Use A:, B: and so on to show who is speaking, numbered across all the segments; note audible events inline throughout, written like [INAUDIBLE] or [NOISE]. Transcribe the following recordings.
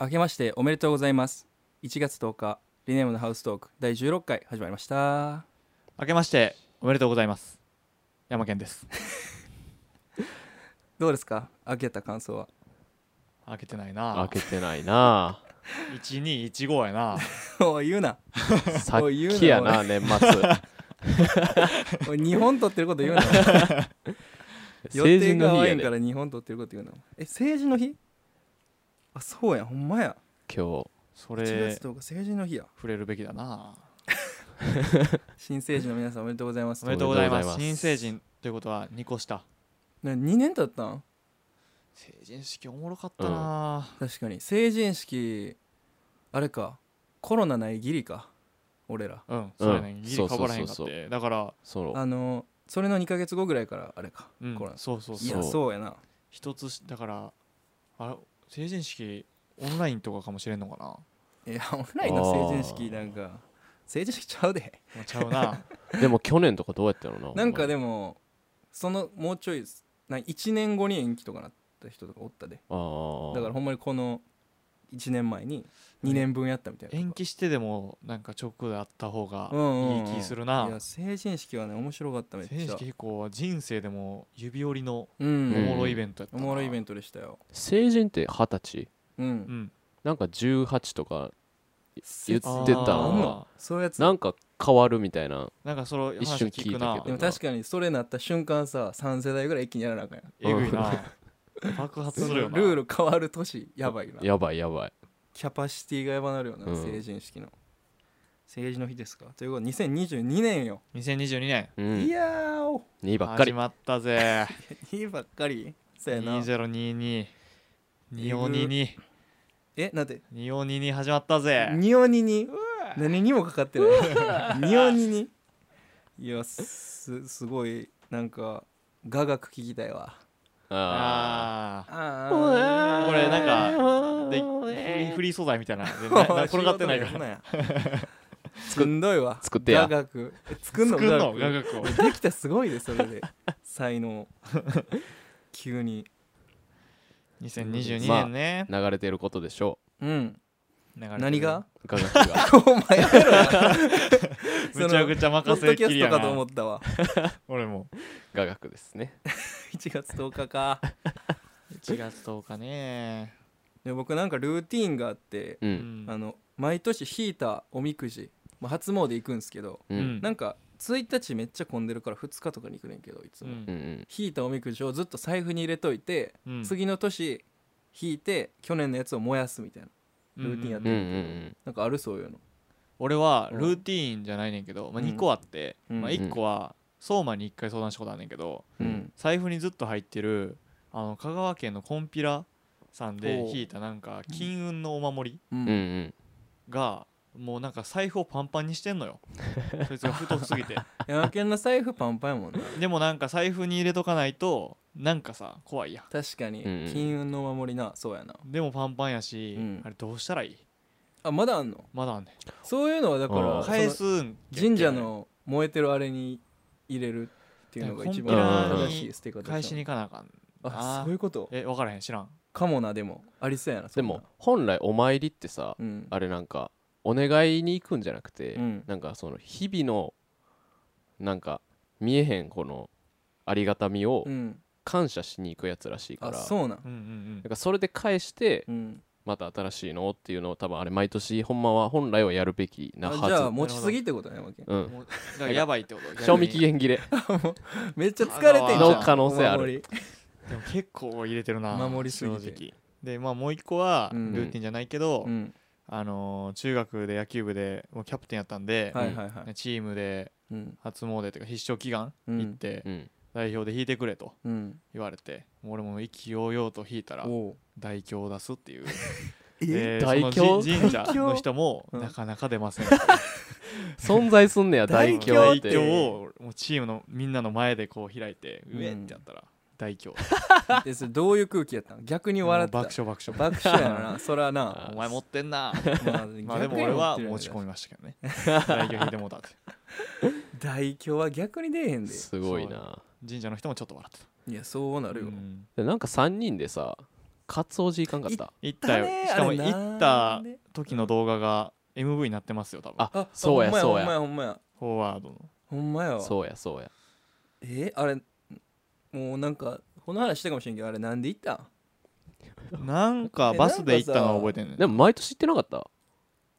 A: 明けましておめでとうございます1月10日リネームのハウストーク第16回始まりました
B: 明けましておめでとうございます山健です
A: どうですか明けた感想は [LAUGHS]
B: 開けてない
C: 開
B: な
C: けてないな
B: 1215やな
A: おい言うな
C: あさっ
A: おい言うな
C: きやな年末
A: おい日本取ってること言う
C: [LAUGHS]
A: な [LAUGHS] 予
C: 成
A: 定
C: 人
A: が
C: の
A: 合
C: 日
A: わ
C: や
A: へん
C: ね
A: か
C: 今
A: ら日本取ってること言うなえ成人の日あそうやほんまや
C: 日
B: そ
A: 1
B: れ
A: 月10日成人の日や
B: 触れるべきだな
A: 新成人の皆さんおめでとうございます
B: おめでとうございます
C: おめでとうございま
B: 新
C: す
B: 成人ということは2個下
A: な2年経ったん
B: 成人式おもろかったな、
A: 確かに成人式あれかコロナないギリか俺ら
B: うん、そうやね
C: うん
B: ギリかぶらへんかっ
C: そうそうそうそ
B: てだから
C: その
A: あのそれの2ヶ月後ぐらいからあれか、
B: うん
A: コロナ
B: そうそう
A: い
B: そ
A: や
B: う
C: そう
A: そうやな
B: 一つしだからあれ成人式オンラインとかかもしれんのかな、
A: いやオンラインの成人式なんか成人式ちゃうで
B: まあちゃうな
C: でも去年とかどうやったのな
A: なんか
C: で
A: でもそのもうちょいなん1年後に延期とかなった人とかおったで
C: も
A: だからほんまにこの1年前に2年分やったみたいな
B: 延期してでもなんか直後であった方が
A: うんうんうん
B: いい気するない
A: や成人式はね面白かっためっち
B: 成人
A: ゃ
B: 式以降は人生でも指折りの
A: う
B: お
A: ん
B: もろいイベントやった
A: お
B: な
A: もろいイベントでしたよ
C: 成人って二十歳
A: うん、
B: うん
C: なんか18とか言
A: あ
C: ってた
A: あん
B: ー
C: な
A: のそういうやつ
C: なんか変わるみたいな
B: なんかその
C: 一
B: 話
C: 瞬
B: 聞くな
C: 聞いたけ
A: で
C: ど
A: も確かにそれなった瞬間さ3世代ぐらい一気にやらなあかんやん
B: えぐいな爆発するよ
A: そ [LAUGHS]
B: な
A: のルール変わる年やばいな
C: やばいやばい
A: キャパシティがやばなるよな、
C: うん
A: 成人式の成人の日ですかということで2022年よ、
B: 2022年
C: う
A: い
C: ん
A: やーお
C: 2ばっか
B: 始
C: り
B: まったぜ
A: いいばっかりそうやな
B: 2022
A: え
B: 二
A: ぐ
B: オニに
A: えなんで
B: 二オニに始まったぜ
A: ニオニに何にもかかってないニオニにいやすすごいなんか雅楽聞きたいわ
C: あ
B: あ
A: あ
B: あ
A: ー
B: これなんかでフリーフリー素材
A: [LAUGHS]
B: みたいなでなな転がってないから
A: ら
B: [LAUGHS]
A: しんどいわ
C: 作ってや
A: 雅楽え作んの
B: 作るの
A: 雅
B: 雅
A: 楽
B: 楽を
A: できたらすごいでそれ
B: [LAUGHS]
A: で才能急に
B: 2022年ね
C: 流れてることでしょ
A: うん
B: 流れてる
A: 何が
C: 雅楽が
A: お前やめろ
B: [LAUGHS]
A: やその
B: ぐちゃぐちゃ
A: ポ
B: 任
A: ッド
B: せ
A: キャ
B: きり
A: スト
B: や
A: かと思
B: な
A: った
B: [LAUGHS]
A: わ
B: 俺も
C: 雅楽ですね
A: 1月10日か
B: 1月10日ね
A: で僕なんかルーティーンがあって、
C: う
B: うんん
A: あの毎年引いたおみくじ、まあ、初詣行くんすけど、
C: う
B: うんん
A: なんか1日めっちゃ混んでるから2日とかに行くねんけどいつ
B: う
A: も、
C: うんうんん
A: 引いたおみくじをずっと財布に入れといて、
B: うん
A: 次の年引いて去年のやつを燃やすみたいなルーティンやって
C: うんうんう
A: る
C: ん
A: なんかあるそういうの
B: 俺は
A: うん
B: ルーティーンじゃないねんけど、まあ、
A: うん
B: 2個あって、
A: うん
B: まあ、1個は相馬に1回相談したことあんねんけど
C: うん
B: 財布にずっと入ってるあの香川県のコンピラさんで
A: ほう
B: 引いたなんか金運のお守り
A: うん
C: うんうん
B: がもうなんか財布をパンパンにしてんのよそいつが太すぎて
A: ヤマケンの財布パンパンやもんな
B: でもなんか財布に入れとかないとなんかさ怖いやん
A: 確かに
C: うんうん
A: 金運のお守りなそうやな
B: でもパンパンやし、
A: うん
B: あれどうしたらいい
A: あまだあんの
B: まだあんねん
A: そういうのはだから
C: あー
A: その
B: 返すんけ
A: 神社の燃えてるあれに入れるっていうのが一番
C: コンピラーに
A: 正しい捨て方じゃん
B: 返しに行かなあかん
A: あそういうこと
B: え分からへん知らん
A: かもなでもありそうやなそ
C: で
A: んな
C: も本来お参りってさ
A: うん
C: あれなんかお願いに行くんじゃなくて、
A: うん
C: なんかその日々のなんか見えへんこのありがたみを
A: うん
C: 感謝しに行くやつらしいか
A: あ
C: ら、
A: そうなん
B: うんうん
C: なんかそれで返して
A: うん
C: また新しいのっていうのを多分あれ毎年ほんまは本来はやるべきな
A: あ
C: はず
A: じゃあ持ちすぎってことねわけ
C: う
B: うん
C: ん
B: もうだからやばいってこと逆に
C: 賞味期限切れ
A: めっちゃ疲れてんじゃ
C: の
A: ん
C: 可能性ある
A: お守り
B: でも結構入れてるな
A: 守りすぎて
B: 正直でまあもう一個は
A: うん
B: ルーティンじゃないけど、
A: うん
B: あのー中学で野球部でもうキャプテンやったんで、
A: はいはいはい
B: チームで
A: うん
B: 初詣というか必勝祈願
A: うん
B: 行っ
A: [LAUGHS]
B: て、
C: うん
B: 代表で引いてくれと
A: うん
B: 言われてもう俺も意気揚々と引いたら
A: おう
B: 代表を出すっていう
A: [LAUGHS] え
B: で
C: 代表
B: その神神社の人も
A: うん
B: なかなか出ません
C: 存在すんね
A: [LAUGHS]
C: や
A: 大
C: 大
A: 凶
C: 凶
B: 代
C: っ
B: 表
C: て
B: をもうチームのみんなの前でこう開いて
A: うん
B: うえってやったら代表
A: でそれどういう空気やったの逆に笑ってた
B: もう爆笑爆笑
A: 爆笑やろなそらな
C: 笑
B: お前持ってんな
A: まあ
B: まあでも俺は
A: 逆に持
B: 持
A: ち
B: ち
A: 込
B: 込
A: み
B: みました
A: [LAUGHS]
B: けどね代表引いてもうたって
A: 大凶は逆に出えへんです
C: ごいな
B: 神社の人もちょっと笑って
A: いやそうな
B: た
A: るよ
B: うん
C: でなんか3人でさカツオジいかんかった
B: 行ったよしかも行った時の動画が MV になってますよ多分
C: あそうやそうや
A: ほんまや
B: フォワードの
A: ほんまやほんまや
C: そうやそうや
A: えあれもうなんかこの話したかもしれんけどあれなんで行ったん
B: なんかバスで行ったのは覚えてんねん
C: でも毎年行ってなかった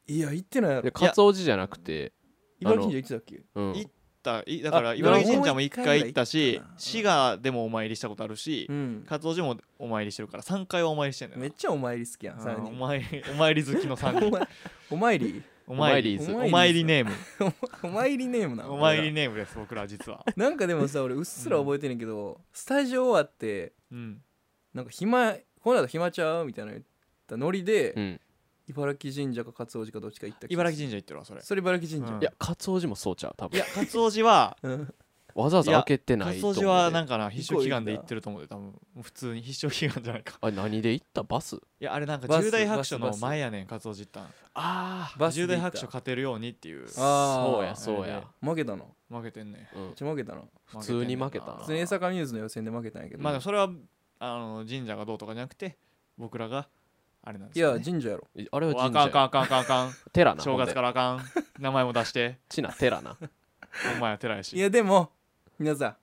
A: いや行ってないや
C: いや
A: ろ
C: カツオジじゃなくて
A: 茨城神社行ってたっけ
C: うん
B: 行ったいだから
C: あ
B: 茨城神社も一回行った
A: で
B: し
A: ももう一回ぐらい行ったな
B: 滋賀でもお参りしたことあるし
A: うん
B: カツオ寺もお参りしてるから3回はお参りしてんねん
A: め
B: な
A: っちゃお参り好きやんさら
B: うんお
A: に
B: 参りお参り好きの3人
A: [LAUGHS] お参り [LAUGHS]
B: お
C: お
B: 参
C: 参
B: り
C: り
A: お参り
B: お参りネーム
A: お参りネームなの
B: [LAUGHS] お参りネームです僕ら実は
A: なんかでもさ俺うっすら覚えてんねんけどスタジオ終わって
B: うん
A: なんか暇この後暇ちゃうみたいなの言ったノリで、
C: うん
A: 茨城神社か勝王寺かどっちか行った気が
B: 茨城神社行ってるわそれ
A: 社それ茨城神
B: う
A: 社
B: ん
C: いやカツオジもそうちゃう多
B: い
C: 分
B: やカツオ寺は
A: うん
C: わざわざ開けてな
B: カ
C: い
B: ツ
C: と
B: オ
C: 思う
B: 寺
C: で
B: はなんかな必
A: 行こ
B: 勝
A: う
B: 祈願で行ってると思うで多分普通に必勝祈願じゃないか
C: あ何で行ったバス
B: いやあれなんか
A: バス
B: 重大白書の
A: バスバス
B: 前やねんカツオ寺行ったん
C: あ
A: バスで
B: 重
A: 行った
B: 大白書勝てるようにっていう
A: あー
C: そうやそうや
A: 負けたの
B: 負けてんね
C: うん
A: めっちゃ負けたの
B: 負け
C: 通に負けた
B: てんね
A: 普
B: ん
C: な
B: な
A: 通に江坂ミューズの予選で負けたんやけど、
B: まあでもそれはあの神社がどうとかじゃなくて僕らがあれなんで
A: い
B: すよ、
A: や
B: ね、
A: 神社やろ
C: いあれは
B: おあ
C: 神
B: かんあかんあかん
C: 社
B: あかんあかん
C: テラな
B: 正月からあかん名前も出して
C: ちなテ
B: [LAUGHS]
C: ラな
B: お前は寺やし
A: いやでも皆さん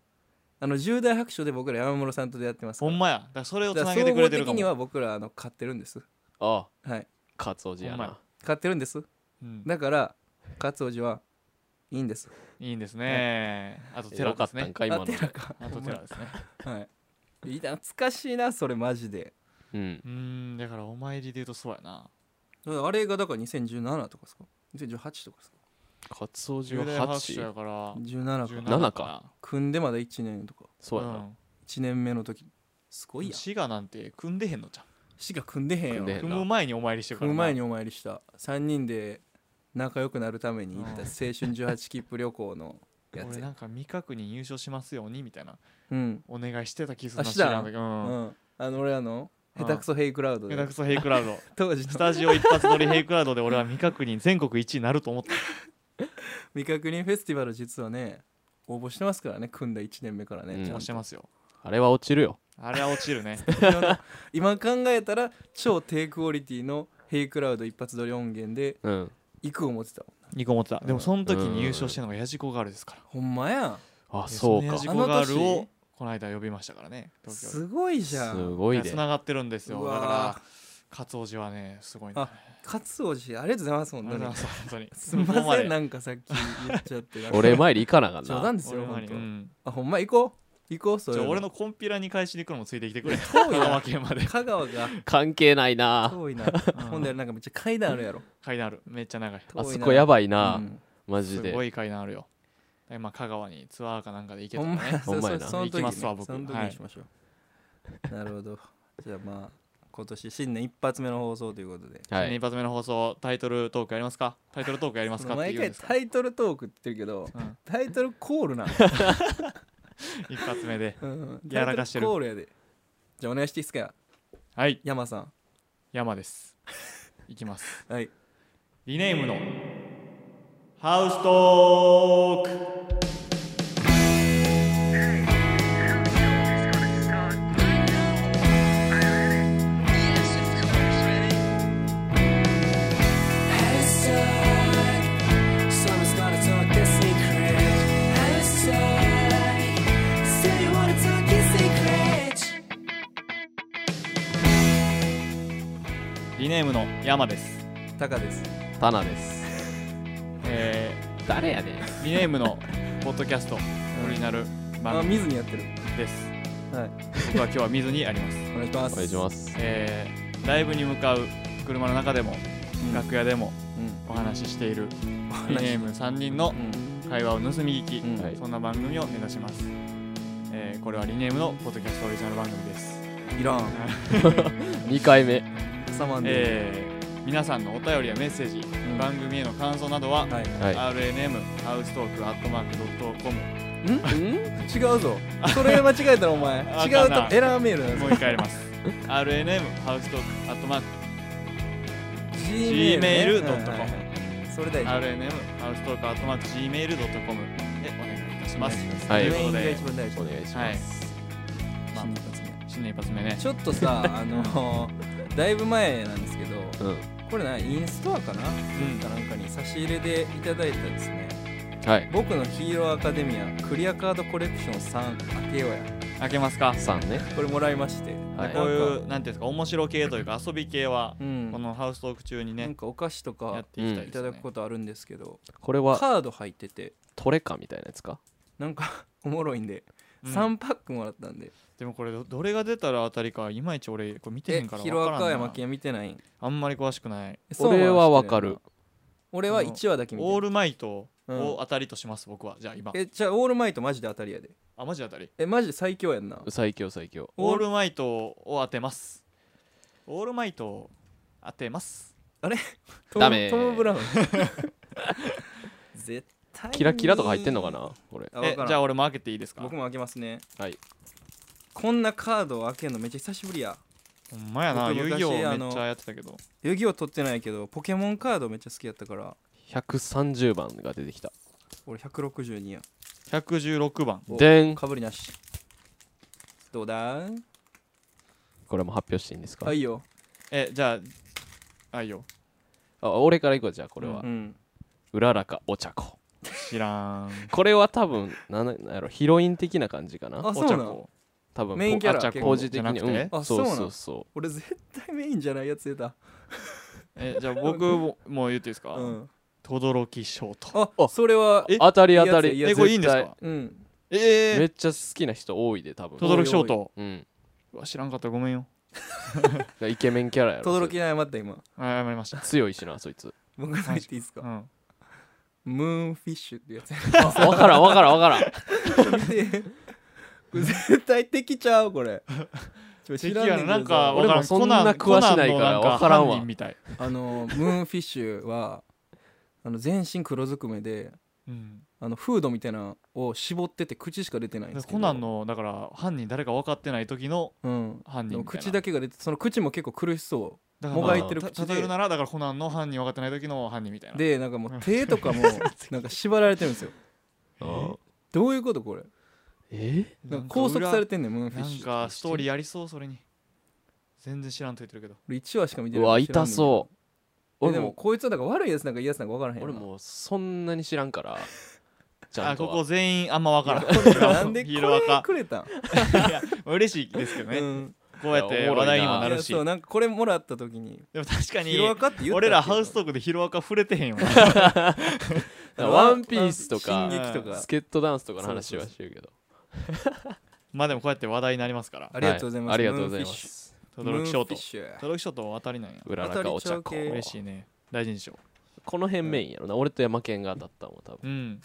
A: あの重大白書で僕ら山室さんと出会ってますか
B: ほ
A: ら
B: んまやだからそれをつ
A: だか
B: な
A: ら総
B: げてくれ
A: 合
B: てる
A: 的
B: か
A: に
B: も、
A: は僕らあの買ってるんです
C: あ
A: はい
C: カツオジや
B: ほんま
C: な
A: 買ってるんです
B: うん
A: だから勝王寺はいいんです
B: いいんですねあと
C: え
B: 寺
C: よ
B: で
C: かっ
B: す
C: たん
B: ね
C: か今
A: あ
C: の
A: 寺か
B: あと寺ですね
A: はいいいな懐かしいなそれマジで
C: うん
B: うーんだからお参りで言うとそうやな
A: だからあれがだから2017とかですか2018とかですか
C: カツオジ
B: 重
C: は
B: 大白書や
C: 8
B: から
A: 17か
C: か
B: 17
C: 7か
A: 組んでまだ1年とか
C: そうや
B: な
C: な
A: 1年目の時すご
B: うん
A: いやん
B: 滋賀なんて組んでへんのじゃ
A: しか組んでへんよ
C: 組んでへ
B: ん
C: ん
A: 組
B: 組む前にお参りしてるから
A: む
B: な
A: 前にお参りした3人で仲良くなるために行った
B: うん
A: 青春18切符旅行のやつ
B: 俺
A: や
B: なんか未確認優勝しますようにみたいな
A: うん
B: お願いしてた気する
A: あ
B: な
A: した
B: 知らんけどう
A: うんんあの俺あの
B: うん
A: 下手くそヘイクラウド
B: 下手
A: で
B: くそヘイクラウド
A: 当時
B: ス
A: の [LAUGHS]
B: タジオ一発撮りヘイクラウドで俺は未確認全国1位になると思った
A: 未確認フェスティバル実はね応募してますからね組んだ1年目からね、
C: うん
A: ちゃん
B: も
A: と
B: うしてますよ
C: あれは落ちるよ
B: あれは落ちるね
A: 今考えたら超低クオリティのヘイクラウド一発撮り音源で
C: うん
A: 行く思ってたもん
B: 2個持ってたでもその時に優勝したのがヤジコガールですから
A: ほんまやん
C: あ
B: で
C: そ
B: の
C: うか
B: ヤ
A: じ
B: ジ
A: あ
B: コ
A: の
B: ガール
A: 年
B: をこの間呼びましたからね東京
A: すごいじゃ
C: す
A: ん
C: ごい
B: で
C: で
B: つながってるんですよ
A: う
B: だ
A: わー
B: からカツオジはねすごいね
A: あ勝王子ありがとうございます本当に
B: 本 [LAUGHS] 当に
A: すみ
B: ここ
A: ません
B: で
A: なんかさっき言っちゃって
C: [LAUGHS] 俺参り行かなあかん
A: 冗
C: な
A: 談ですよ
B: 俺の
A: 本
B: 前に
A: 当、
B: うん
A: あほんま行こう行こうそ
B: じ
A: れ
B: ゃあ俺のコンピラに返しに行くのもついてきてくれ
A: 遠
B: 香
A: い
B: 川
A: な
B: 県まで
A: 香川が
C: 関係ないな
A: 遠いなほんでなんかめっちゃ階段あるやろ
B: 階段あるめっちゃ長い
A: 遠いな
C: あそこやばいうなんマ
B: す
C: ジで
B: ごい階段あるよ今香川にツアーかなんかで行けた
A: ほ
B: ら
A: んまや
B: ね
A: そ
C: ほんまや
A: そ
C: な
A: その時
B: 行き
A: に
B: ま
A: ね
B: すわ僕
A: その時にしましょうなるほどじゃあまあ今年新年一発目の放送ということで
C: は
B: 2
C: い
B: 発目の放送タイトルトークやりますかタイトルトークやりますかって
A: 毎
B: 言
A: 回
B: うんですか
A: タイトルトークって言ってるけど
B: うん
A: タイトルコールなん
B: 一発目で
A: うん
B: [LAUGHS] やらかしてる
A: タイトルコールやでじゃあお願いしていいっすか
B: はい
A: 山さん
B: 山ですいきます
A: はい
B: リネームのハウストーク
D: Secret.
B: リネームの山です、
A: タカです
C: タナです
B: え
C: 誰やねん
B: ー、リネームのポッドキャストオリジナル
A: あ
B: 番
A: 見
B: 組
A: ずにやってる
B: です
A: はい
B: 僕は今日は水にあります、
A: お願いします
C: お願いします
B: えー、ライブに向かう車の中でも
A: うん
B: 楽屋でも
A: うん
B: お話ししている
A: 話
B: リネーム3人の会話を盗み聞き、
A: うん
C: はい
B: そんな番組を目指します、えー、これはリネームのポッドキャストオリジナル番組です、
A: いらん
C: 2回目
A: 挟まんで
B: えー、皆さんのお便りやメッセージ、
A: ん
B: 番組への感想などは、
A: はい
C: はい
B: RNM ハウストークアットマークドッ
A: [LAUGHS]
B: トコム
A: 違うぞそれ間違えたらお前
B: あ
A: 違う
B: あかんな
A: とエラーメールなん
B: も
A: で
B: う一回やります RNM ハウストークアットマーク
A: す
B: Gmail.com
A: ねはいはいはいそれ大事
B: RNM ハウストークアットマーク Gmail.com でお願いいたします、
C: は
B: とい
C: い
B: う
A: メ
B: こ
A: イ
B: と
A: ンが
B: で
A: 一番大事
C: お願いし
B: はい
C: ます
B: まあ
A: 新年一発目
B: 新年一発目ね
A: ちょっと
B: [LAUGHS]
A: さあのだいぶ前なんですけど
C: うん
A: これなインストアかなかなんかに差し入れでいただいたですね
C: はい
A: 僕のヒーローアカデミアクリアカードコレクション3開けようや
B: 開けますか
C: さんね
A: これもらいまして、
C: はい
A: なんか
B: こういうなんていうんですか面白系というか遊び系は
A: うん
B: このハウストーク中に
A: な
B: ね
A: んかお菓子と
B: や
A: か
B: っていきたい
A: い
B: で
A: た
B: す
A: だ
B: ね
A: くことあるんですけど
C: これは
A: カード入ってて
C: トレカみたいなやつか
A: なんか [LAUGHS] おもろいんで
B: うん
A: 3パックもらったんで
B: でもこれどどれが出たら当たりかいまいち俺これ見てへ
A: え
B: んから
A: ヒ
B: 分
A: ロ
B: か
A: アカ
B: ら
A: ヤ
B: ん
A: マ
B: な
A: キヤ見てないん
B: あんまり詳しくない
A: えそうなん
C: 俺はわかる
A: 俺は1話だけ見
B: オ
A: て
B: ー
A: る
B: ルマイト
A: うん
B: を当たりとします僕はじゃあ今
A: えじゃあオールマイトマジで当たりやで
B: あマジで当たり
A: えマジで最強やんな
C: 最強最強
A: オー
B: オ
A: ル
B: ールマイトを当てますオールマイトを当てます
A: トム
C: ダメ
A: トム・ブラウン [LAUGHS] 絶対に
C: キラキラとか入ってんのかなこれ
A: あ分
B: え
A: からん
B: じゃあ俺も開けていいですか
A: 僕も開けますね
C: はい
A: こんなカードを開けるのめっちゃ久しぶりや
B: ほんまやな
A: 僕
B: 遊
A: 昔
B: 戯王
A: あ
B: め
A: の
B: っちゃやってたけど
A: 遊戯王取ってないけどポケモンカードめっちゃ好きやったから
C: 130番が出てきた
A: 俺162や
B: 116番
A: お
C: でん
A: かぶりなしどうだ
C: これも発表していいんですか、
A: はいよ
B: えじゃああいいよ
C: あ俺からいこうじゃあこれは、
A: うん
C: うららかお茶子
B: 知らん
C: これは多分なんなんやろヒロイン的な感じかな
A: あそう
B: お茶
A: な
B: 子
A: の
C: 多分
A: メインキャラ
C: こうあ
A: 結構
C: ポジ的に
B: じゃなくて
C: うん
A: あ
C: そ
A: そう
C: う
A: な
C: そ
A: の
C: うそ
A: 俺絶対メインじゃないやつ出た
B: えじゃあ僕ももう言っていいですか
A: うん
B: 轟翔太
A: あ
C: あ
A: それは
C: う
B: え
C: 当たり当た
A: い
C: り
A: や
B: えこれいいんです
C: 絶
B: か
A: うん
B: え
C: め
B: え
C: っちゃ好きな人多いで多分
A: 轟
B: 轟翔太
C: うん
B: うわ知らんかったごめんよ
C: イケメンキャラやろ
A: 轟き謝った今
B: あ謝りました
C: 強いしなそいつ
A: 僕の言っていいです
B: う
A: か
B: ん
A: ムーンフィッシュってやつや
C: あわからんわからんわからん
A: でこれ絶対敵ちゃうこれちょ知
B: 敵
A: らんね
B: や
A: んけど
B: ななんかわ
C: 俺も
B: からん
C: そん
B: コ
C: な
B: ナン
C: 詳しない
B: コナンのん
C: からわからんわ
B: 犯人みたい
A: あのムーンフィッシュはあの全身黒ずくめで
B: うん
A: あのフードみたいなのを絞ってて口しか出てないんですけど
B: コナンのだから犯人誰か分かってない時の
A: うん
B: 犯
A: で
B: 人
A: も
B: みたい
A: 口
B: な
A: だけが出てその口も結構苦しそ
B: だ
A: う
B: か
A: も
B: らまあ
A: がいてる
B: た
A: 口
B: 例える
A: で
B: ならだからコナンの犯人分かってない時の犯人みたいな
A: でなんかもう手とか
B: [LAUGHS]
A: もなんか縛られてるんですよ
C: あ
A: どういうことこれ
C: え
A: なんか拘束され
B: て
A: てんねんムーンフィ
B: [LAUGHS] な
A: ッシ
B: ん
A: ュ
B: かストーリーやりそうそれに全然知らんと言ってるけど
A: 俺1話しか見て
C: う
A: ない
C: わ痛そう
A: う
C: 俺
A: でも
C: も
A: こいつはなんか悪いやつなんかいいやつなんか分からへんな
C: 俺もうそんなに知らんからちゃ
B: あ
C: んと
B: こ
C: は
B: こ全員あんま分からん
A: なんでこ
B: [LAUGHS] ヒーロー
A: れ
B: 赤
A: くれたん、
B: いや嬉しいですけどね、
A: うん
B: こうやっ
C: い
B: て
C: やおもろ
B: 話
C: いな
B: 題にもない
A: や
B: るし
A: そうなんかこれもらった時に
B: でも確
A: 「
B: か
A: ヒロア
B: に
A: カ」って言った
B: 俺らハウス
A: と
B: トークでヒロアカ触れてへん
A: [LAUGHS]
B: よな
C: だからワンピースと
A: 進
C: か
A: 撃とか
C: スケットダンスとかの話はしてるけど
B: まあでもこうやって話題になりますから
A: ありがとうございます、
C: はありがとうございます
A: ムーンフィッシュムーンフィ
B: 轟翔太
A: ッシュや
B: 轟翔太は当たりなんや
C: うららかお茶
A: 当
C: 子
A: たりちゃう系
B: 嬉しいね大事にしよ
C: この辺メインやろな俺と山県が当たったもん多
B: う
C: 分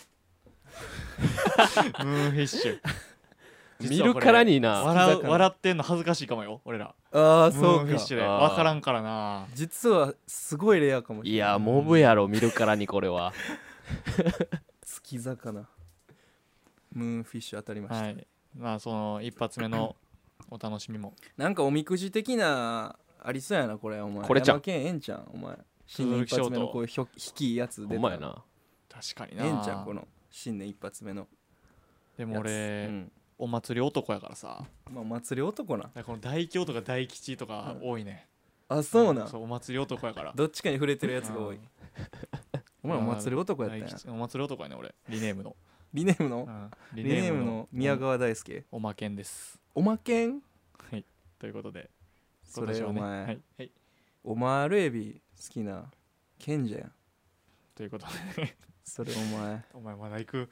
A: [LAUGHS]
B: うんムーンフィッシュ
C: 見
B: 実は
C: る
B: これ
C: からにな
B: 笑
A: 好きだ
B: う
A: から
B: 笑ってんの恥ずかしいかもよ俺ら
A: ああ
B: ムー
A: そ
B: ン
A: う
B: フィッシュ
A: か
B: で
C: あー
B: 分からんからな
A: 実はすごいレアかもしれない
C: いやモブやろ見るからにこれは
A: 月魚ムーンフィッシュ当たりました、
B: はいまあその一発目のお楽しみも
A: なんかおみくじ的なありそうやなこれお前
C: これちゃん
A: 山県えんちゃんお前新年一発目のこういうひょひきいやつ
C: ほ
A: 出た
C: んまやな
B: 確かにな
A: えんちゃんこの新年一発目の
B: で
A: やつ
B: も俺、
A: うん
B: お祭り男やからさ
A: まあ祭り男な
B: だからこの大凶とか大吉とか多いね、
A: あそうなん
B: そうお祭り男やから
A: どっちかに触れてるやつが多い
B: うん
A: [LAUGHS] お前お祭り男やったんや
B: 大吉お祭り男やね俺リネームの、
A: リネームの
B: う
A: リ
B: ん
A: ネームの宮川大輔
B: おまけんです
A: おまけん
B: ということで
A: それ
B: 今
A: お
B: 年はね
A: 前、
B: はい、はい、
A: オマールエビ好きな賢者やん
B: ということで
A: それお [LAUGHS] 前
B: お前まだ行く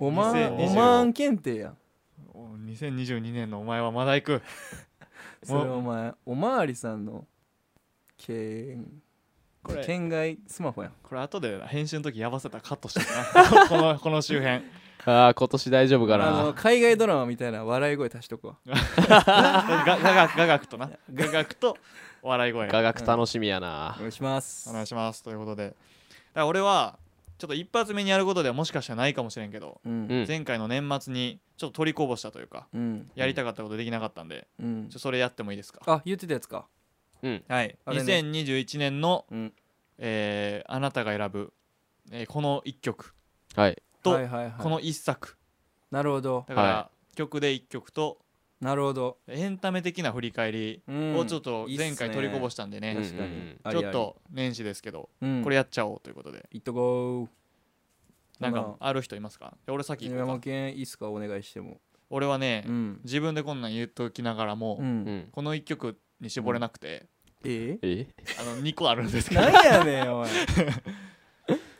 A: おまん
B: 2025
A: おまん検定やん
B: お2022年のお前はまだ行く
A: それお前おまわりさんの県
B: これ
A: 県外スマホやん
B: これ後で編集の時やばせたらカットしてなこのこの周
A: [LAUGHS]
B: 辺
C: あー今年大丈夫か
A: あの
C: な
A: 海外ドラマみたいな笑い声足しとくわ
B: ががが雅楽とな雅楽とお笑い声
C: 科学楽しみやな
A: お願いします
B: お願いしますということでだから俺はちょっと一発目にやることではもしかしたらないかもしれんけど、
A: う
C: うんん
B: 前回の年末にちょっと取りこぼしたというか
A: うん
B: やりたかったことできなかったんで、
A: うん
B: ちょそれやってもいいですか
A: あ言ってたやつか
C: うん
B: はい、
A: あれね
B: 2021年の、
A: うん
B: えーあなたが選ぶ、えーこの1曲
C: はい
B: と、
A: はいはいはい
B: この1作
A: なるほど
B: だから、
C: は
B: 曲で1曲と
A: なるほど
B: エンタメ的な振り返り
A: うん
B: をちょっと前回取りこぼ
A: し
B: したんでね,、
C: うん
A: 確か
C: う
A: に
C: ん
A: あ
B: ち
A: りあ
B: ょ
A: り
B: っと年始ですけど、
A: うん
B: これやっちゃおうということで
A: いっとこう
B: なんか
A: まあ
B: ある人いますか俺先行
A: 犬
B: こう
A: 山
B: か
A: 県いいっすかお願いしても
B: 俺はね、
A: うん
B: 自分でこんなん言っときながらも、
A: うん
C: ん
B: この1曲に絞れなくて、
A: え
C: え
B: あの2個あるんですけど
A: なんやねんおい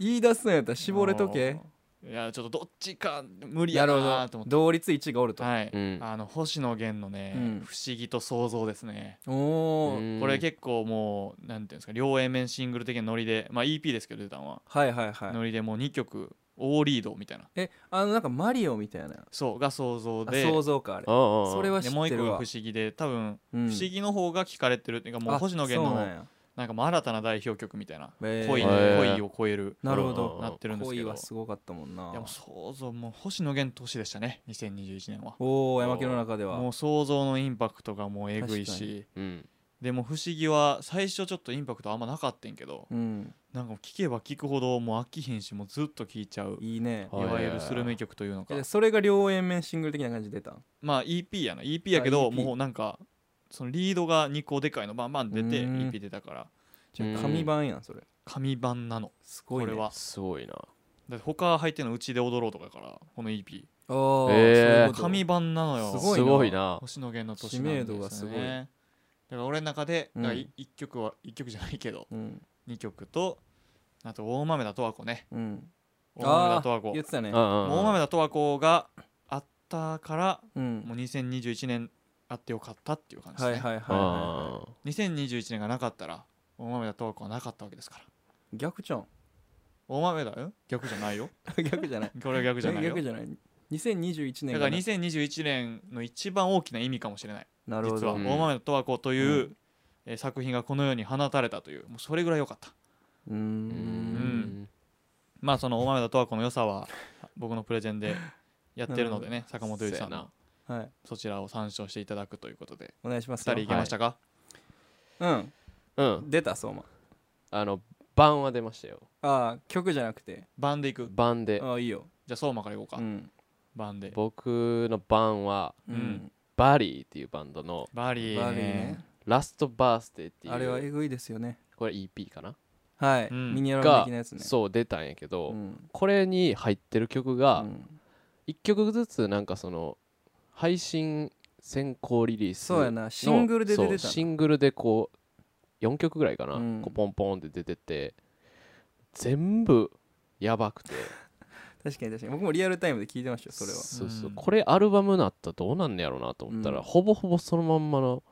A: 言い出すんやったら [LAUGHS] 絞れとけ
B: いやちょっとどっちか無理
A: な
B: や
A: る
B: な
A: ほ
B: と
A: ど
B: 思って
A: 同率1がおると
B: はい、
C: うん
B: あの星野源のね、
A: うん
B: 不思議と想像」ですね、
A: おお
C: うん
B: これ結構もうなんていうんですか両 A 面シングル的なノリでまあ EP ですけど出たのは、
A: はいはいはい
B: ノリでもう2曲オーリードみたいな
A: えあのなんかマリオみたいな
B: そうが想像
A: あ
B: で
A: 想像かあれ
C: ああああ
A: それは知
B: でもう
A: って
B: 一個
A: る
B: が不
A: わ
B: 思議で多分、
A: 不
B: 不思議の方が聞かれてるっていうかもう星野源
A: そう
B: の
A: なんや
B: なんかもう新たな代表曲みたいな、
A: へー
B: 恋に
C: へー
B: 恋を超える
A: なるほど
C: うん
B: なってるんですけ
A: 恋
B: ど
A: はすごかったもんない
B: やもう想像もう星野源年でしたね2021年は
A: おお山木の中では
B: もう想像のインパクトがもうえぐいし
C: うん
B: でも不思議は最初ちょっとインパクトあんまなかったんけど、
A: うん
B: なんか聴けば聴くほどもう飽きへんしもうずっと聴いちゃうい
A: いいね
C: はい
B: わゆるスルメ曲というのか
A: えそれが両円面シングル的な感じで出たん
B: まあ EP やな EP やけど
A: あ EP
B: もうなんかそのリードが2個でかいのバンバン出て
A: うーん
B: EP 出たから
A: じゃあ紙版やんそれ
B: 紙版なの
A: すご
B: こ
A: いね
B: れは
C: すごいな
B: だって他入ってるのうちで踊ろうとかやからこの EP
A: ああ
C: えー
B: 紙版なのよ
A: すごい
C: す
A: な
C: ごいな
B: 星野源の年なんです
A: 知名度がす
B: よ
A: ごい
B: ねだから俺の中で
A: うん
B: だからい一曲は一曲じゃないけど
A: うん
B: 二曲とあと大豆田十和子ね
A: うん
B: 大豆田十和
A: ー
B: 子
A: 言ってたね
B: もう大
C: も
B: 豆田十和子があったから
A: うん
B: もう2021年あってよかったっていう感じ
A: はい
B: で
A: は
B: す
A: い
B: ね
A: はいは
C: ああ
B: 2021年がなかったら大豆田十和子はなかったわけですから
A: い逆じゃん [LAUGHS]
B: 大豆田ん逆じゃないよ
A: 逆じゃない
B: これは逆じゃないよ
A: [LAUGHS] 逆じゃない2021
B: だ
A: 年
B: か
A: が
B: ら
A: な
B: 2021年の一番大きな意味かもしれない
A: なるほ
B: 実は
A: ど
B: 大
C: うん
B: 豆田十和子という、
A: うん
B: えー作品がこの世に放たれたというもうそれぐらい良かった
A: うー
C: うんん
B: まあその大豆田十和子の良さは僕のプレゼンでやってるのでね坂本龍一さん
C: そうや
B: の
C: な
A: はい
B: そちらを参照していただくということで
A: お願いします
B: 2人いけましたか、
A: はい
C: うん
A: うん出たそうま
C: あの版は出ましたよ
A: ああ曲じゃなくて
B: 番でいく
C: 版で
A: ああいいよ
B: じゃあ相馬からいこうか、
A: うん
B: 番で
C: 僕の版は
A: う
B: うん
A: ん
C: バリーっていうバンドの
B: バリー
A: バ
B: ね
A: ーリーね
C: ラストバースデーっていう
A: あれはえぐいですよね
C: これ EP かな
A: はい、
B: うん
A: ミニアルバム
C: が
A: 的なやつね
C: そう出たんやけど
A: ん
C: これに入ってる曲
A: う
C: が
A: ん
C: 1曲ずつなんかその配信先行リリース
A: そうやなシングルで出てたんだ
C: そうシングルでこう4曲ぐらいかな、
A: うん
C: こうポンポンって出てて全部やばくて
A: 確かに確かに僕もリアルタイムで聞いてましたよそれは
C: そうそう
B: うん
C: これアルバムなったらどうなんねやろうなと思ったら、
A: うん
C: ほぼほぼそのまんまの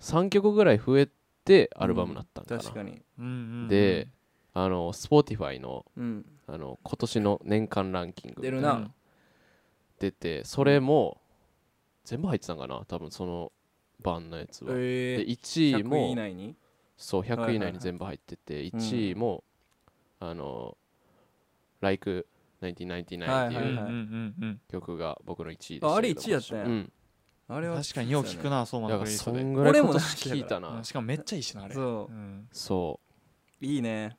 C: 3曲ぐらい増えてアルバムなったんかな、
A: 確かに
B: うんうんうん
C: であの Spotify の
A: うん
C: あの今年の年間ランキングみた
A: 出
C: い
A: る
C: な
A: な、
B: うん
C: 出てそれも全部入ってたんかな多分その版のやつは、
A: え
C: で
A: え
C: 1
A: 100
C: 位
A: 位以
C: も
A: 内に
C: そう
A: はいは
C: 100
A: い
C: 以内に全部入ってて、1位も、あの「Like 1999」って
B: うん
A: は
B: う
A: い
B: ん
C: いう
A: はい
B: うん
C: 曲が僕の1位でしたけど
A: ああれ1位やったんや
C: うん
A: あ
B: う
A: れ
B: ん
A: は
B: 確かによう聞くな相馬
C: だ
B: のプレ
C: から
B: イリス
C: そ
B: トで
C: んぐらい
A: 俺
C: 今
A: も
C: 年聞いた
B: う
C: なん
B: しかもめっちゃいいしなあれ
A: そうん
C: そう
A: いいね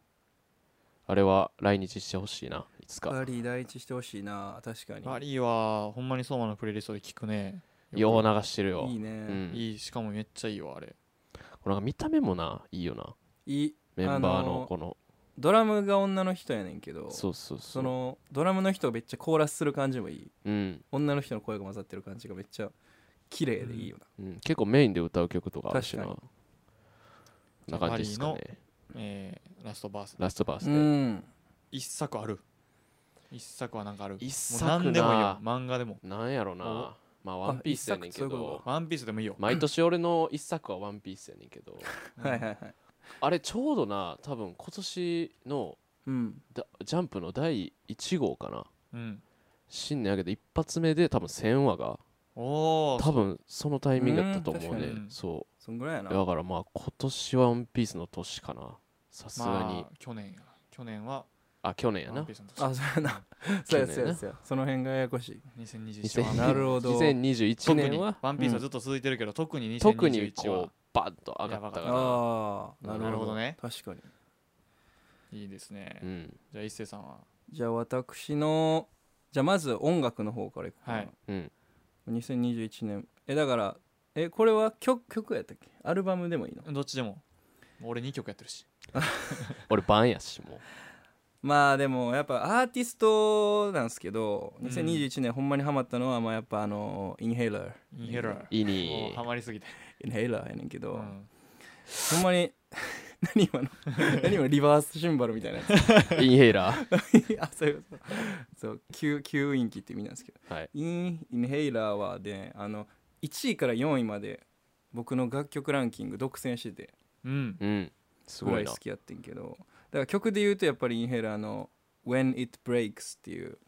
C: あれは来日してほしいないつか
A: バリー第一してほしいな確かに
B: バリーはほんまに相馬のプレイリストで聞くね
C: よう
B: く
C: 流してるよ
A: いいね、
C: うん
B: いいしかもめっちゃいいわあれ
C: これなんか見た目もないいよない
A: い
C: メンバー
A: あの
C: の
A: ー
C: この
A: ドラムが女の人やねんけど
C: そうそうそう
A: そのドラムの人めっちゃコーラスする感じもいい
C: うん
A: 女の人の声が混ざってる感じがめっちゃ綺麗でいいよな、
C: うん結構メインで歌う曲とかあるしな
A: 確
C: こんな感じですか
B: バリ
C: ね
B: えーラストバース
C: ラストバース
A: う
C: で、
A: ん
B: 一作ある一作はなんかある
C: 一
B: もう
C: 作な
B: 何でもいいよ漫画でも
C: なんやろなまあワンピースやねんけ
A: あ一作そういうこと
C: ど
A: か
B: ワンピースでもいいよ
C: 毎年俺の一作はワンピースやねんけど
A: はいはいはい
C: あれちょうどな多分今年の
A: うん
C: だジャンプの第1号かな
B: うん
C: 新年明けて一発目で多分1000話が
B: おお
C: 多分そのタイミングだったと思う
A: うん
C: ね
B: 確かに
C: そ
A: そんぐらいや
C: う
A: な
C: だからまあ今年はワンピースの年かなさすがに
B: まあ去年や去年は
C: あ去年や
B: ワン
C: な
B: ピースの年
A: あそうやなそうや
C: 去年な
A: そうやそうやその辺がややこしい
B: 2021は
C: 2000
A: なるほど
C: 2021
B: 特に
C: 年は
B: ワンピースはずっと続いてるけど特に
C: 特に
B: 2021
C: こ
B: は
C: うバンと上がった
B: だ
C: か
A: ああなるほど
B: なるほどね
A: 確かに
B: いいですね
C: らうん
B: じゃあ一星さんは
A: じゃあ私のじゃあまず音楽の方からいこうかな、
B: はい
C: うん
A: 2021年えだからえこれは曲曲やったっけアルバムでもいいの
B: どっちでももう俺2曲やってるし
C: 俺番やしもう
A: まあでもやっぱアーティストなんですけど
B: うん
A: 2021年ほんまにハマったのはまあやっぱあのインヘイラー
B: インヘラ
C: いい
B: ーも
C: に
B: うハマりすぎて、
A: インヘイラーやねんけど、
B: うん
A: ほんまに [LAUGHS] 何
C: [LAUGHS]
A: 今の何今のリバースシンバルみたいなやつ [LAUGHS]
C: インヘイラー
A: あそういうことそう吸吸引器って意味なんですけど
B: [LAUGHS]
C: はい
A: インインヘイラーはであの1位から4位まで僕の楽曲ランキング独占してて
B: うん、
C: うんす
A: ぐ
C: ご
A: ら
C: い
A: い
C: な
A: 好きやってんけどだから曲で言うとやっぱりインヘイラーの「When It Breaks」っていう、
C: う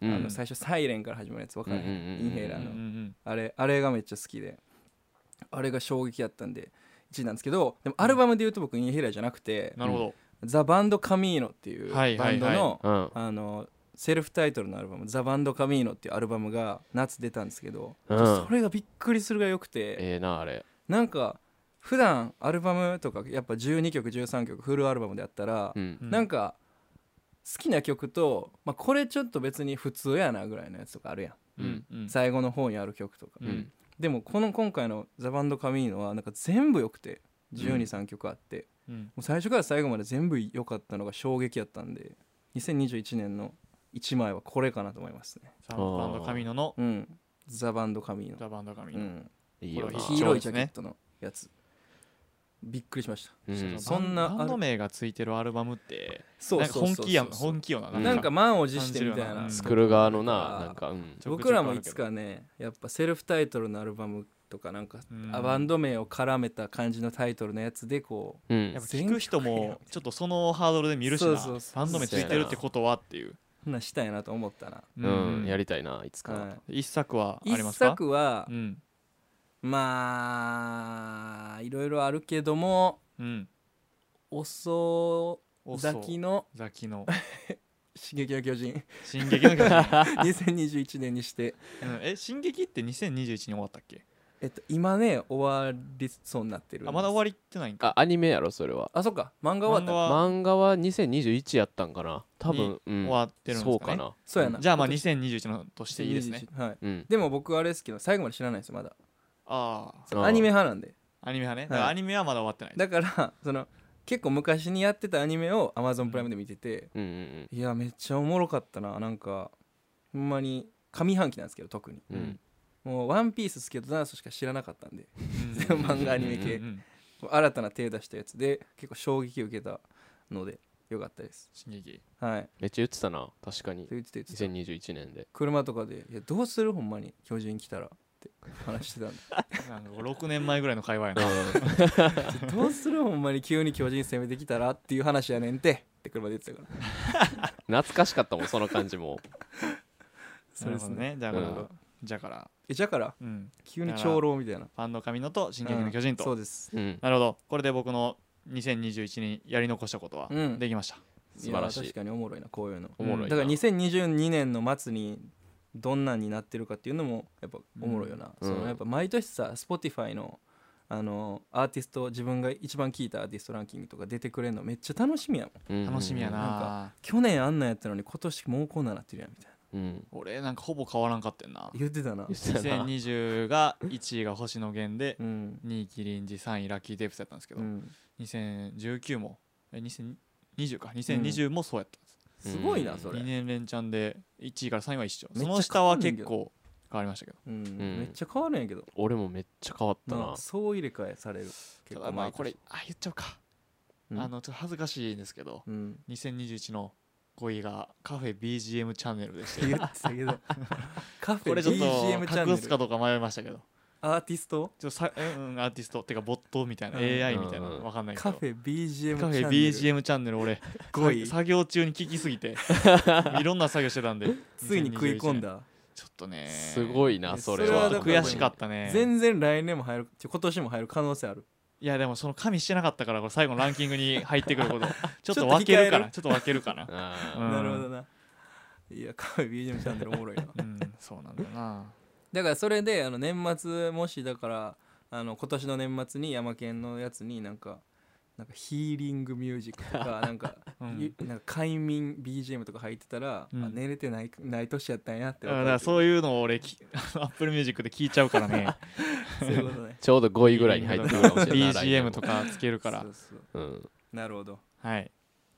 A: あ
C: ん
A: の最初サイレンから始まるやつわかる、
C: うんうんうんうん
A: インヘイラ
B: う
A: ー
B: ん
A: の、
B: うん
A: あれあれがめっちゃ好きであれが衝撃やったんで1位なんですけどでもアルバムで言うと僕インヘイラーじゃなくて
B: なるほど、
A: 「ザ・バンド・カミーノ」っていうバ
B: はいはいはい
A: ンドの
C: うん
A: あのセルフタイトルのアルバム「ザ・バンド・カミーノ」っていうアルバムが夏出たんですけど、
C: うん
A: それがびっくりするがよくて。
C: ええなあれ
A: なんか普段アルバムとかやっぱ12曲13曲フルアルバムであったら
C: う、ん
B: うん
A: なんか好きな曲と、まあ、これちょっと別に普通やなぐらいのやつとかあるやん、
B: うんうん
A: 最後の方にある曲とか、
B: うん
A: でもこの今回の「ザ・バンド・カミーノ」はなんか全部良くて
C: うん
A: 123曲あって、
B: うん
A: もう最初から最後まで全部良かったのが衝撃やったんで2021年の1枚はこれかなと思いますね
B: サウンバンドカミノの
A: うん「ザ・バンド・カミーノ
B: ザ・バンドカ」ミ
A: う
B: ノ、
A: ん、
C: いいよ
B: こ
C: な
B: れは
A: 黄
B: 必要
A: 色
B: で
A: いジ
B: す
A: ャケ
B: ね
A: ットのやつびっくりしました
C: うん
A: そんな
B: バンバンド名がついてるアルバムって
A: そう
B: なんか
A: そうそう
B: 本
A: そう
B: 気やん本気よな
C: うん
A: なんか満を持してみたい
B: 感じるよなう
A: なん
C: 作る側のななんかうん
B: ちょくちょく
A: 僕らもいつかねやっぱセルフタイトルのアルバムとかなんか
B: うん
A: あバンド名を絡めた感じのタイトルのやつでこ
C: う
B: や
C: ん
B: っぱ聞く人もちょっとそのハードルで見るし
A: そう
B: な
A: そうそう
B: バンド名ついてるってことはっていう、
A: うなしたいなと思ったな、
C: うんやりたいないつ
A: は、
C: か
B: 一作はいあり
A: 一
B: ますか
A: 作は
B: うん
A: まあいろいろあるけども
B: うん
A: 遅咲き
B: の
A: の
B: ザ
A: [LAUGHS]
B: キの
A: 「進撃の巨
B: [LAUGHS]
A: 人
B: 「進撃の巨人」」
A: [LAUGHS] 2021年にして
B: うんえ進撃って2021に終わったっけ
A: えっと今ね終わりそうになってる
B: あまだ終わりってないんか
C: あアニメやろそれは
A: あそっか漫画終わった
B: 漫画は
C: 漫画は2021やったんかな多分うん
B: 終わってるんですか、ね、
C: そうかな
A: そうやな
B: じゃあまあ
A: 今年
B: 2021のとしていいですね
A: 2021はい
C: うん
A: でも僕あれですけど最後まで知らないですよまだ
B: ああ
C: あー
A: アニメ派なんで
B: アニメ派ねだからアニメはまだ終わってない、
A: だからその結構昔にやってたアニメを Amazon プライムで見てて、
C: うんうん
A: いやめっちゃおもろかったななんかほんまに上半期なんですけど特に
C: うんうん
A: もう「ワンピーススケートダンスしか知らなかったんで
B: うん
A: 漫画アニメ系
B: うんうん
A: 新たな手出したやつで結構衝撃を受けたのでよかったです
B: 進撃
A: はい
C: めっちゃ言ってたな確かに
A: と言ってて
C: 2021年で
A: 車とかで「いやどうするほんまに巨人来たら」って話してたん
B: [LAUGHS]
A: で
B: なんか6年前ぐらいの会話や [LAUGHS] な
A: 「どうするほんまに急に巨人攻めてきたら」っていう話やねんてって車で言ってたから
C: 懐かしかったもんその感じも
A: そうですね
B: なるほどじゃあこれ、じゃあ
C: うん
B: から、
A: えじゃから
B: うん、
A: 急に長老みたいな
B: ファンの神野と進撃の巨人と、
A: そうです
C: うん
B: なるほどこれで僕の2021にやり残したことは
A: うん
B: できました、
C: 素晴らしい
A: や確かにおもろいなこういうの
C: おもろい
A: だ
C: な
A: から2022年の末にどんなんになってるかっていうのもやっぱおもろいよな、
C: うん
A: そ
C: うん
A: のやっぱ毎年さ Spotify のあのアーティスト自分が一番聴いたアーティストランキングとか出てくれるのめっちゃ楽しみやもん
C: うん
B: 楽しみやな,、
A: なん去年あんなんやったのに今年もうこんなんなってるやんみたいな
C: うん
B: 俺なんかほぼ変わらんかって
A: [LAUGHS]
B: んな
A: 言ってたな
C: 言ってたな
B: 2020が1位が星野源で
A: うん、
B: 2位キリンジ3位ラッキーデープスやったんですけど、
A: うん、
B: 2019もえ2020か2020もそうやったんです、
A: すごいな
C: うん
A: それ、
B: 2
A: うん
B: 年連チャンで1位から3位は一緒
A: めっちゃ
B: その下は結構変わりましたけど
A: めっちゃ変わるんやけど
C: 俺もめっちゃ変わった
A: な
C: なん
A: かそう入れ替えされる結
B: ただ
A: 構
B: まあ
A: 毎年
B: これあ言っちゃおうか、
A: うん
B: あのちょっと恥ずかしいんですけど
A: うん
B: 2021の5位がカフェ BGM チャンネルでして
A: 言ってたけどカフ
B: [LAUGHS] こ
A: ェ
B: れちょっ
A: BGM チャン
B: と
A: ネ
B: 隠すか
A: ル
B: どうか迷いましたけど
A: アーティスト
B: ちょっとさ、うんうん、アーティストってかボットみたいな
A: うん
B: AI みたいな
C: うんうん
B: わかんないけど
A: カフェ BGM チャ
B: カ
A: ン
B: フ
A: ネル
B: ェ BGM チャンネル俺
A: ごい
B: さ作業中に聞きす [LAUGHS] ぎていろんな作業してたんで
A: ついに食い込ん
B: 2021年
A: だ
B: ちょっとね
C: すごいな
A: そ
C: そ
A: れ
C: れ
B: ちょ
A: は
B: っ
C: は
B: と悔しかったね
A: 全然来年も入るちょ今年も入る可能性ある
B: いやでもその加味してなかったからこれ最後のランキングに入ってくるこ
A: [LAUGHS]
B: とちょっ
A: ちょっと
B: と分けるか
A: 控え
B: なちょっと分けるかな
C: あ
B: うん
A: なるほどないやカフェ BGM チャンネルおも
B: [LAUGHS]
A: ろいな
B: うんそうなんだよな
A: だからそれであの年末もしだからあの今年の年末に山県のやつになんかなんかヒーリングミュージックと
B: [LAUGHS]
A: かなんか,
B: う
A: ゆ、
B: ん
A: なんか快眠 BGM とか入ってたら、
B: うん
A: あ寝れてないない年やったんやって
B: だか
A: 分
B: ら
A: か
B: そういうのを俺き [LAUGHS] Apple Music で聞いちゃうからね
A: るそういうこと
B: [LAUGHS]
A: ね
C: ちょうど5位ぐらいに入ってくるかもしれない
B: BGM とかつけるから
A: そうそう
C: うん
A: なるほど
B: はい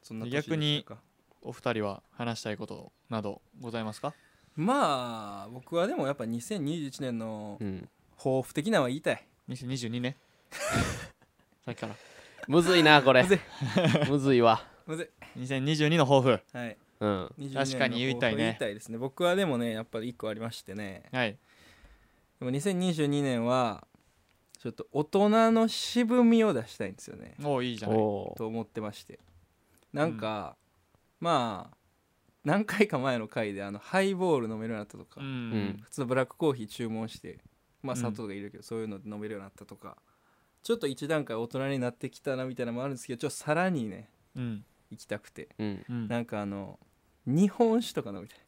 A: そんな
B: 逆
A: 年
B: に
A: でしたか
B: お二人は話したいことなどございますか
A: まあ僕はでもやっぱ2021年の
C: うん
A: 抱負的なのは言いたい
B: 2022ね [LAUGHS] さっきから
C: むずいなこれ
A: むずい
C: むずいわ
A: むずい
B: 2022の抱負
A: はい
C: うん
A: 22年
B: 確かに言いた
A: の抱
B: いね
A: 負言いたいですね僕はでもねやっぱり1個ありましてね
B: はい
A: でも2022年はちょっと大人の渋みを出したいんですよね
B: もういいじゃない
C: おー
A: と思ってましてなんか、まあ何回か前の回であのハイボール飲めるようになったとか、
B: うん、
C: ん
A: 普通のブラックコーヒー注文してまあ
B: うん
A: 砂糖がいるけど、そういうので飲めるようになったとかちょっと一段階大人になってきたなみたいなのもあるんですけどちょっとさらにね
B: うん
A: 行きたくて
C: うん
B: うん
A: なんかあの日本酒とか飲みたい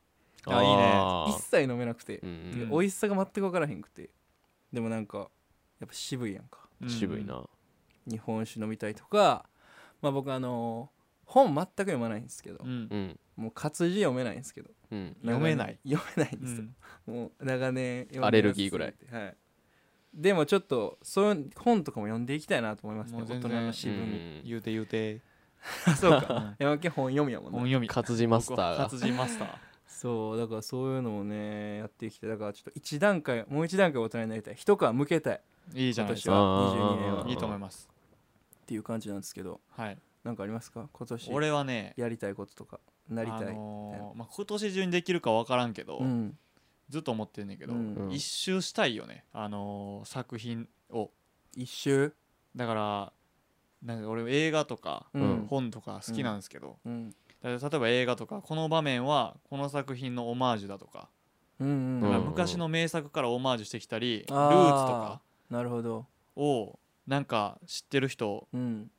B: あいいね
C: あー
A: 一切飲めなくて、
C: うん
A: で
B: うん
A: 美味しさが全く分からへんくてでもなんかやっぱ渋いやんか
B: うん
C: 渋いな
A: 日本酒飲みたいとかまあ僕あの本全く読まないんですけど、
B: うん
C: うん
A: もう活字読めないんですけど
C: うん
B: 読めない
A: 長年読めないん
B: う
A: ですよ、
B: ん
A: もう長年読んで
C: アレルギーぐらい
A: やつすぎてはいでもちょっとそういう本とかも読んでいきたいなと思いますね
B: もう
A: 大
B: 全
A: 人
B: 然
A: の渋み、
B: 言うて言うて
A: あ [LAUGHS] そうか
B: か
A: 山家本読みやもん
B: 本
A: ね
B: 読み
C: 活字マスター
B: 僕は
C: が
B: 活字マスター
A: そうだからそういうのをねやっていきたいだからちょっと一段階もう一段階大人になりたい一皮向けたい
B: いいじゃないです
A: 今
B: か
A: 22年は
C: あー
B: いいと思います
A: っていう感じなんですけど
B: はい
A: なんかありますか今年
B: 俺はね
A: やりたいこととかなりたい、
B: あのーまあ、今年中にできるか分からんけど、
A: うん
B: ずっと思ってんねんけど、
A: うん
B: 一周したいよね、あのー作品を
A: 一周
B: だからなんか俺映画とか、
A: うん
B: 本とか好きなんですけど、
A: うん
B: だから例えば映画とかこの場面はこの作品のオマージュだとか,、
A: うんうん
C: う
A: うん
B: だから昔の名作からオマージュしてきたり、
A: あ
B: ルー
A: ー
B: ツとか
A: なるほど
B: をなんか知ってる人
A: うん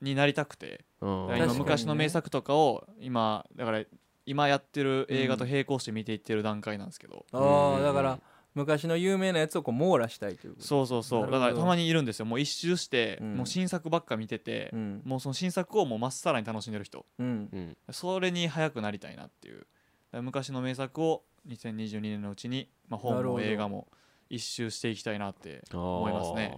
B: になりたくて、
C: うん
B: だ
A: 確か
B: から今
A: にね
B: 昔の名作とかを今だから今やってる映画と並行して見ていってる段階なんですけど、
A: あ
C: う
A: あ
C: ん
A: だから昔の有名なやつをこう網羅したいということ
B: そうそうそう
A: なる
B: だ
A: ほど
B: からたまにいるんですよもう一周して、
A: うん
B: もう新作ばっか見てて
A: う、ん
B: もうその新作をもうまっさらに楽しんでる人
A: うん
C: うん
B: それに早くなりたいなっていうだから昔の名作を2022年のうちに、まあ、
A: な
B: 本
A: るほ
B: も
A: ど
B: 映画も一周していきたいなって
C: あー
B: 思いますね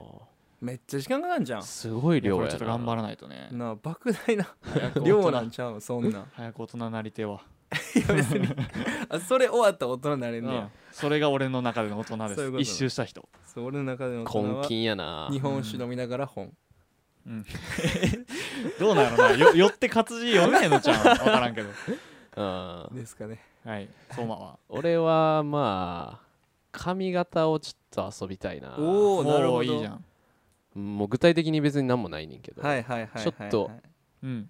A: めっちゃ時間かかんじゃん
C: すごい
B: いや
C: 量
B: こ
C: や
B: れ
C: な
B: ちょっと頑張らないとね
A: なあ莫大な
B: 早く大人
A: 量なんちゃうそんなん
B: 早く大人なりては、
A: [LAUGHS] あそれ終わったら大人になれんねや
B: それが俺の中での大人
A: そう
B: で
A: い
B: す
A: うことだ
B: 一周した人
A: そう俺の中での大人
C: 根
A: は
C: 金やな
A: 日本酒飲みながら本
B: うんどうなのなよよって活字読めへんのちゃう分からんけど
C: うん
A: ですかね
B: はい相馬は
C: 俺はまあ髪型をちょっと遊びたいな
A: おおなる
B: も
A: ほ
B: う
A: ど
B: いいじゃん
C: もう具体的に別に何もないねんけど、
A: はいはいはいはいはい
C: ちょっと
B: うん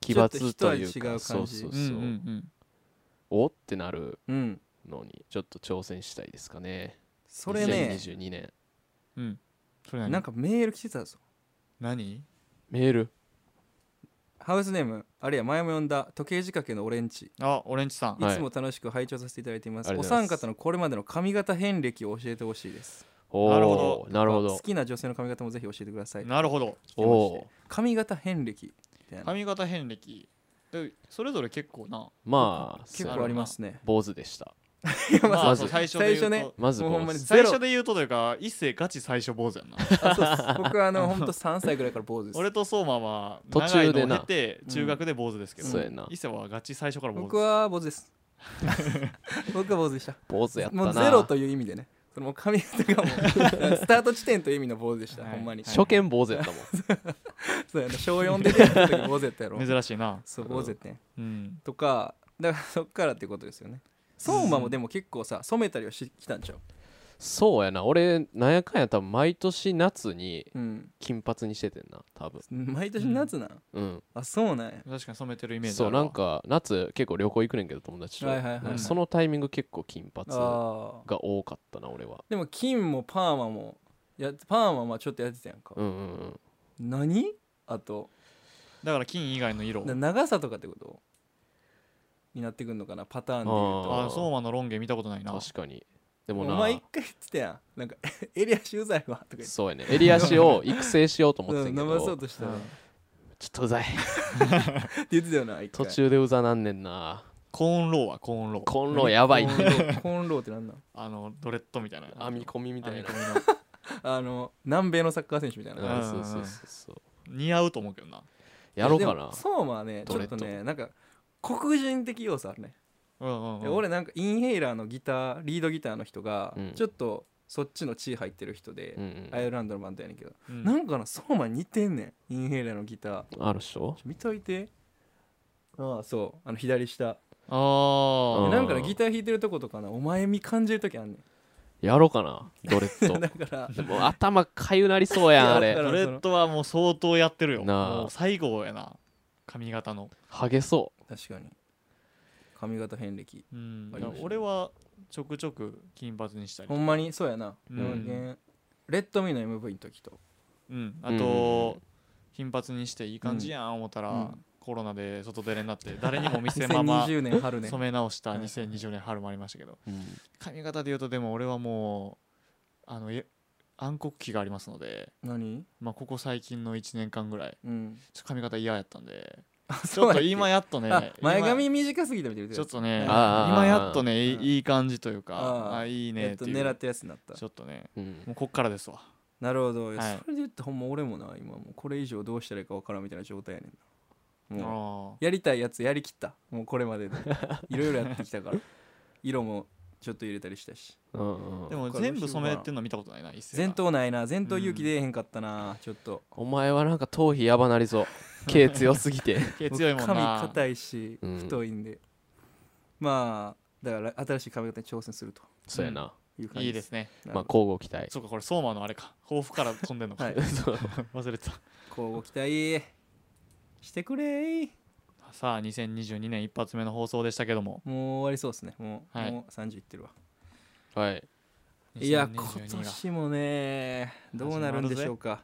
C: 奇抜という
A: ちょ
C: か
A: っと一味違う感じ
C: そうそう
B: う
C: そ
B: ん
C: う、
B: うんうん
C: おってなる
A: うん
C: のにちょっと挑戦したいですかね
A: それね
C: 2022年
B: うんそれ何
A: なんかメール来てたぞ
B: 何
C: メール
A: ハウスネームあるいは前も読んだ時計仕掛けのオレンジ
B: あオレンジさん
A: い
C: はい
A: つも楽しく拝聴させていただいています、
C: あり
A: お
C: がとうござい
A: 三
C: ます
A: 方のこれまでの髪型遍歴を教えてほしいです
C: お
B: なるほ
C: おなるほ
A: 好
C: ど
A: きな女性の髪型もぜひ教えてください
B: なるほど
A: 来てまして
C: お
A: 髪型遍歴みたいな
B: 髪型遍歴でそれぞれ結構な
C: まあ
A: 結
C: そうや
A: 構
C: な
A: ありますね
C: 坊主でした
B: まあ
C: ま
B: そう
C: ず
B: 最初で
A: 最
B: 言
A: 初
B: う
A: ね
B: と
C: まず
A: もうほんまにゼ
C: 坊
B: 最
A: ロ
B: 初で言うとというか一世ガチ最初坊主
C: [LAUGHS]
B: やんな
A: あそうっす僕はあの本当3歳ぐらいから坊主です
B: 俺と相馬は
C: 途
B: 長
C: 中
B: い
C: で
B: の
C: な
B: を経て中学で坊主ですけど、
C: そうやな
B: 一世はガチ最初から坊主
A: 僕は坊主です
C: [LAUGHS]
A: 僕は坊主でした
C: 坊主やったな
A: もうゼロという意味でねそのもう髪型がもうスタート地点という意味の坊主でした、
B: はい
A: ほんまに、
B: はい
C: 初見坊主やったもん
A: そうやな小4で出た時坊主やったやろ
B: 珍しいな
A: そう坊主やったんや
B: うん
A: とかだからそっからってことですよね相馬もでも結構さ染めたりはしてきたんちゃう
C: そうやな俺なんやかんや多分毎年夏に
A: うん
C: 金髪にしててんな多分
A: 毎年夏なん、
C: うん
A: あそうなんや
B: 確かに染めてるイメージ
C: そう
B: あるわ
C: なんか夏結構旅行行くねんけど友達と、
A: はいはいはい
C: なんかそのタイミング結構金髪が
A: ああ
C: 多かったな俺は
A: でも金もパーマもやっパーマはちょっとやってたやんか、
C: うんうんうん
A: 何あと
B: だから金以外の色
A: な長さとかってことになってくんのかなパターンで言うと
C: あ
B: あ相馬のロン毛見たことないな
C: 確かにでも
A: お
C: な
A: 前一回言ってたやん [LAUGHS] なんか襟足うざいわとか言って
C: そうやね襟足を育成しようと思ってた
A: うんん
C: や
A: [LAUGHS] 伸ばそう
C: けど
A: としたら、
B: うん
C: ちょっとうざい
A: て言ってたよな一
C: 途
A: 回
C: 中でうざなんねんな
B: コーンローはコーンロー
C: コンロやばい
A: コーンローコーンローってなんなん
B: あのドレッドみたいな
C: 編み込みみたいな
B: 編み込
A: [LAUGHS] あの南米のサッカー選手みたいな、
B: ん
C: うんそうそうそうそう
B: みの似合うと思うけどな
C: やろうか
A: で
C: な
A: もそうまあねち
C: ど
A: ょっ
C: れと
A: とねなんか黒人的要素あるね、
B: うんうん、う
A: で
B: ん、
A: 俺なんかインヘイラーのギターリードギターの人が、
C: うん
A: ちょっとそっちの血入ってる人で、
C: うんうん
A: アイルランドのバンドやねんけど、
B: うん
A: なんかなそうま似てんねんインヘイラーのギターちょ
C: あるでしょ
A: 見といてああそうあの左下
B: あ
C: う
B: ー
A: で
C: ん
A: なんかなギター弾いてるとことかなお前み感じる時あんねん
C: やろうかなドレ
A: [LAUGHS]
C: ッド
A: だから
C: でも頭かゆなりそうやんあ
A: いやだ
C: れ
A: か
B: ドレッドはもう相当やってるよ
C: なあ
B: もう最後やな髪型の、
C: ハゲそ
A: 確かに髪型遍歴
B: うん
A: ありましたね
B: 俺はちょくちょく金髪にしたり
A: ほんまにそうやな、
B: うん
A: うん、レッドミーの MV の時と
B: うん、
C: う
B: あ
C: ん
B: と、金髪にしていい感じやん思ったら、
A: うん
B: コロナで外出れになって誰にも見せまま染
A: 2020年
B: [LAUGHS]
A: 春ね
B: め直した
A: はい
B: 2020年春もありましたけど
C: う、
B: 髪型で言うとでも俺はもうあのえ暗黒期がありますので、
A: 何
B: まあ、ここ最近の1年間ぐらい
A: うん
B: ちょっと髪型嫌やったんで
A: あ
B: ちょっと
A: [LAUGHS] そう
B: 今
A: やっ
B: やっと
A: け
B: ね
A: あ前髪
B: 今
A: 短すぎたみたいな
B: ちょっとね
C: あー
B: 今やっとねい
A: うん
B: いいい感じというか
A: あー
B: あーいい
A: え
B: ね
A: っ
B: って
A: と
B: いう、
A: 狙ってるやつになった
B: ちょっとね
C: うん
B: もうこっからですわ
A: なるほど、
B: い
A: それで言ってほんま俺もな今もうこれ以上どうしたらいいかわからんみたいな状態やねん
B: [LAUGHS]
A: なもう
B: あ
A: やりたいやつやりきったもうこれまで
B: [LAUGHS]
A: でいろいろやってきたから色もちょっと入れたりしたし
C: うんう
B: ー
C: ん
B: でも
A: こっからど
B: 全
A: うしよう
B: 部
A: か
B: 染めてんの見たことないな一斉
A: 前頭ないな前頭勇気出えへんかったなちょっと
C: お前はなんか頭皮やばなりそう毛強すぎ
A: [LAUGHS]
C: て
B: 毛強いもんな
A: 髪硬いし
C: うん
A: 太いんで、まあだから新しい髪型に挑戦すると
C: そうやな
A: いう感
B: い
A: じ
B: いですね
A: なる
C: まあ
A: ほど
C: 交互期待
B: そうかこれ相馬のあれか抱負から飛んでんのか、
A: はい
C: そう
B: 忘れてた
A: こうご期待してくれー
B: さあ2022年一発目の放送でしたけども
A: もう終わりそうですねもう,、
B: はい
A: もう30いってるわ
C: はい
A: いや
B: 2022
A: 今
B: が
A: 年もねどうなるんでしょうか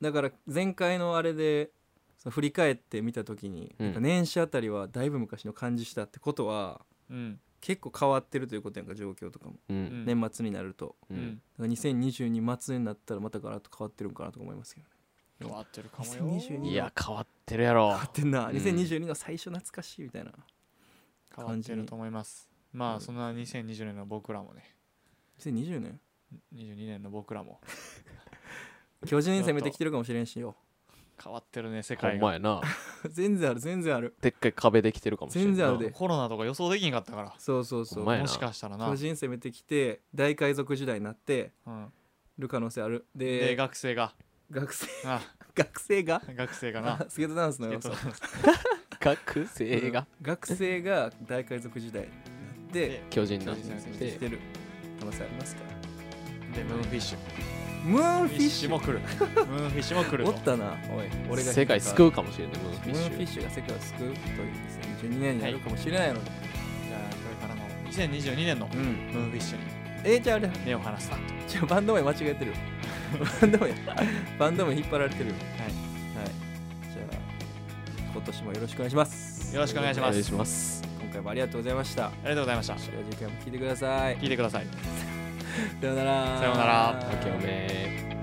A: だから前回のあれでその振り返ってみた時に、
C: うん
A: なんか年始あたりはだいぶ昔の感じしたってことは
B: うん
A: 結構変わってるということやんか状況とかも、
C: う
B: うんん
A: 年末になると
C: う
B: うんん
A: だから2022末になったらまたガラッと変わってるんかなとか思い
B: [LAUGHS]
A: ますけどね
B: 終わってるかもよ
A: 2022
C: いや変わってるやろ
A: 変わってんな、
C: うん
A: 2022の最初懐かしいみたいな
B: 変わってると思いますまあそんな2020年の僕らもね
A: 2020年
B: 22年の僕らも
A: 巨人攻めてきてるかもしれんしよ [LAUGHS]
B: 変わってるね世
C: ほ
B: 界
C: ん
B: が
C: まやな
A: 全然ある全然ある
C: でっかい壁できてるかもしれん
A: 全然あるで
B: コロナとか予想できんかったから
A: そうそうそ
C: ほ
A: うん
C: まやな
B: もしかしたらな、う
A: 巨人
B: ん、
A: 攻めてきて大海賊時代になってる可能性ある
B: で
A: で
B: 学生が
A: 学生
B: あ
A: [LAUGHS] 学生が
B: 学
A: [LAUGHS]
B: 生が
A: あ
B: な
A: スケートダンスの
B: え
A: 要
B: っと
A: 素
C: 学生が
A: うん学生が大海賊時代になって
B: で
C: 巨人になっ
B: 巨人
A: 攻め
B: に
A: てき
C: て
A: てる可能性ありますから
B: でムーンフィッシュ
A: ムーンフ
B: フィ
A: ィ
B: ッ
A: ッ
B: シ
A: シ
B: ュ
A: ュ
B: も来るムーンフィッシュも来る
A: お
B: と
A: ったなおい俺が
C: 世界救
A: う
C: うかもしれないムーンフ
A: ム
C: ィ
A: ーン
C: ッ
A: フィ
C: シ
A: ッシ
C: ュ
A: ュが世界を救うというですね12年になるかもしれないので、
B: じゃあこれからの2022年のム
A: うん
B: ーンフィッシュに
A: えー、じゃああれ
B: 目を離すなと、
A: じゃあ [LAUGHS] バンド名間違えてるバンド名バンド名引っ張られてるはいじゃあ今年もよろしくお願いします
B: よろしくお願いします
C: お願いします
A: 今回もありがとうございました
B: ありがとうございました
A: 次回も聞いてください
B: 聞いてください
A: さようなら
B: さようなら
C: 明けおめ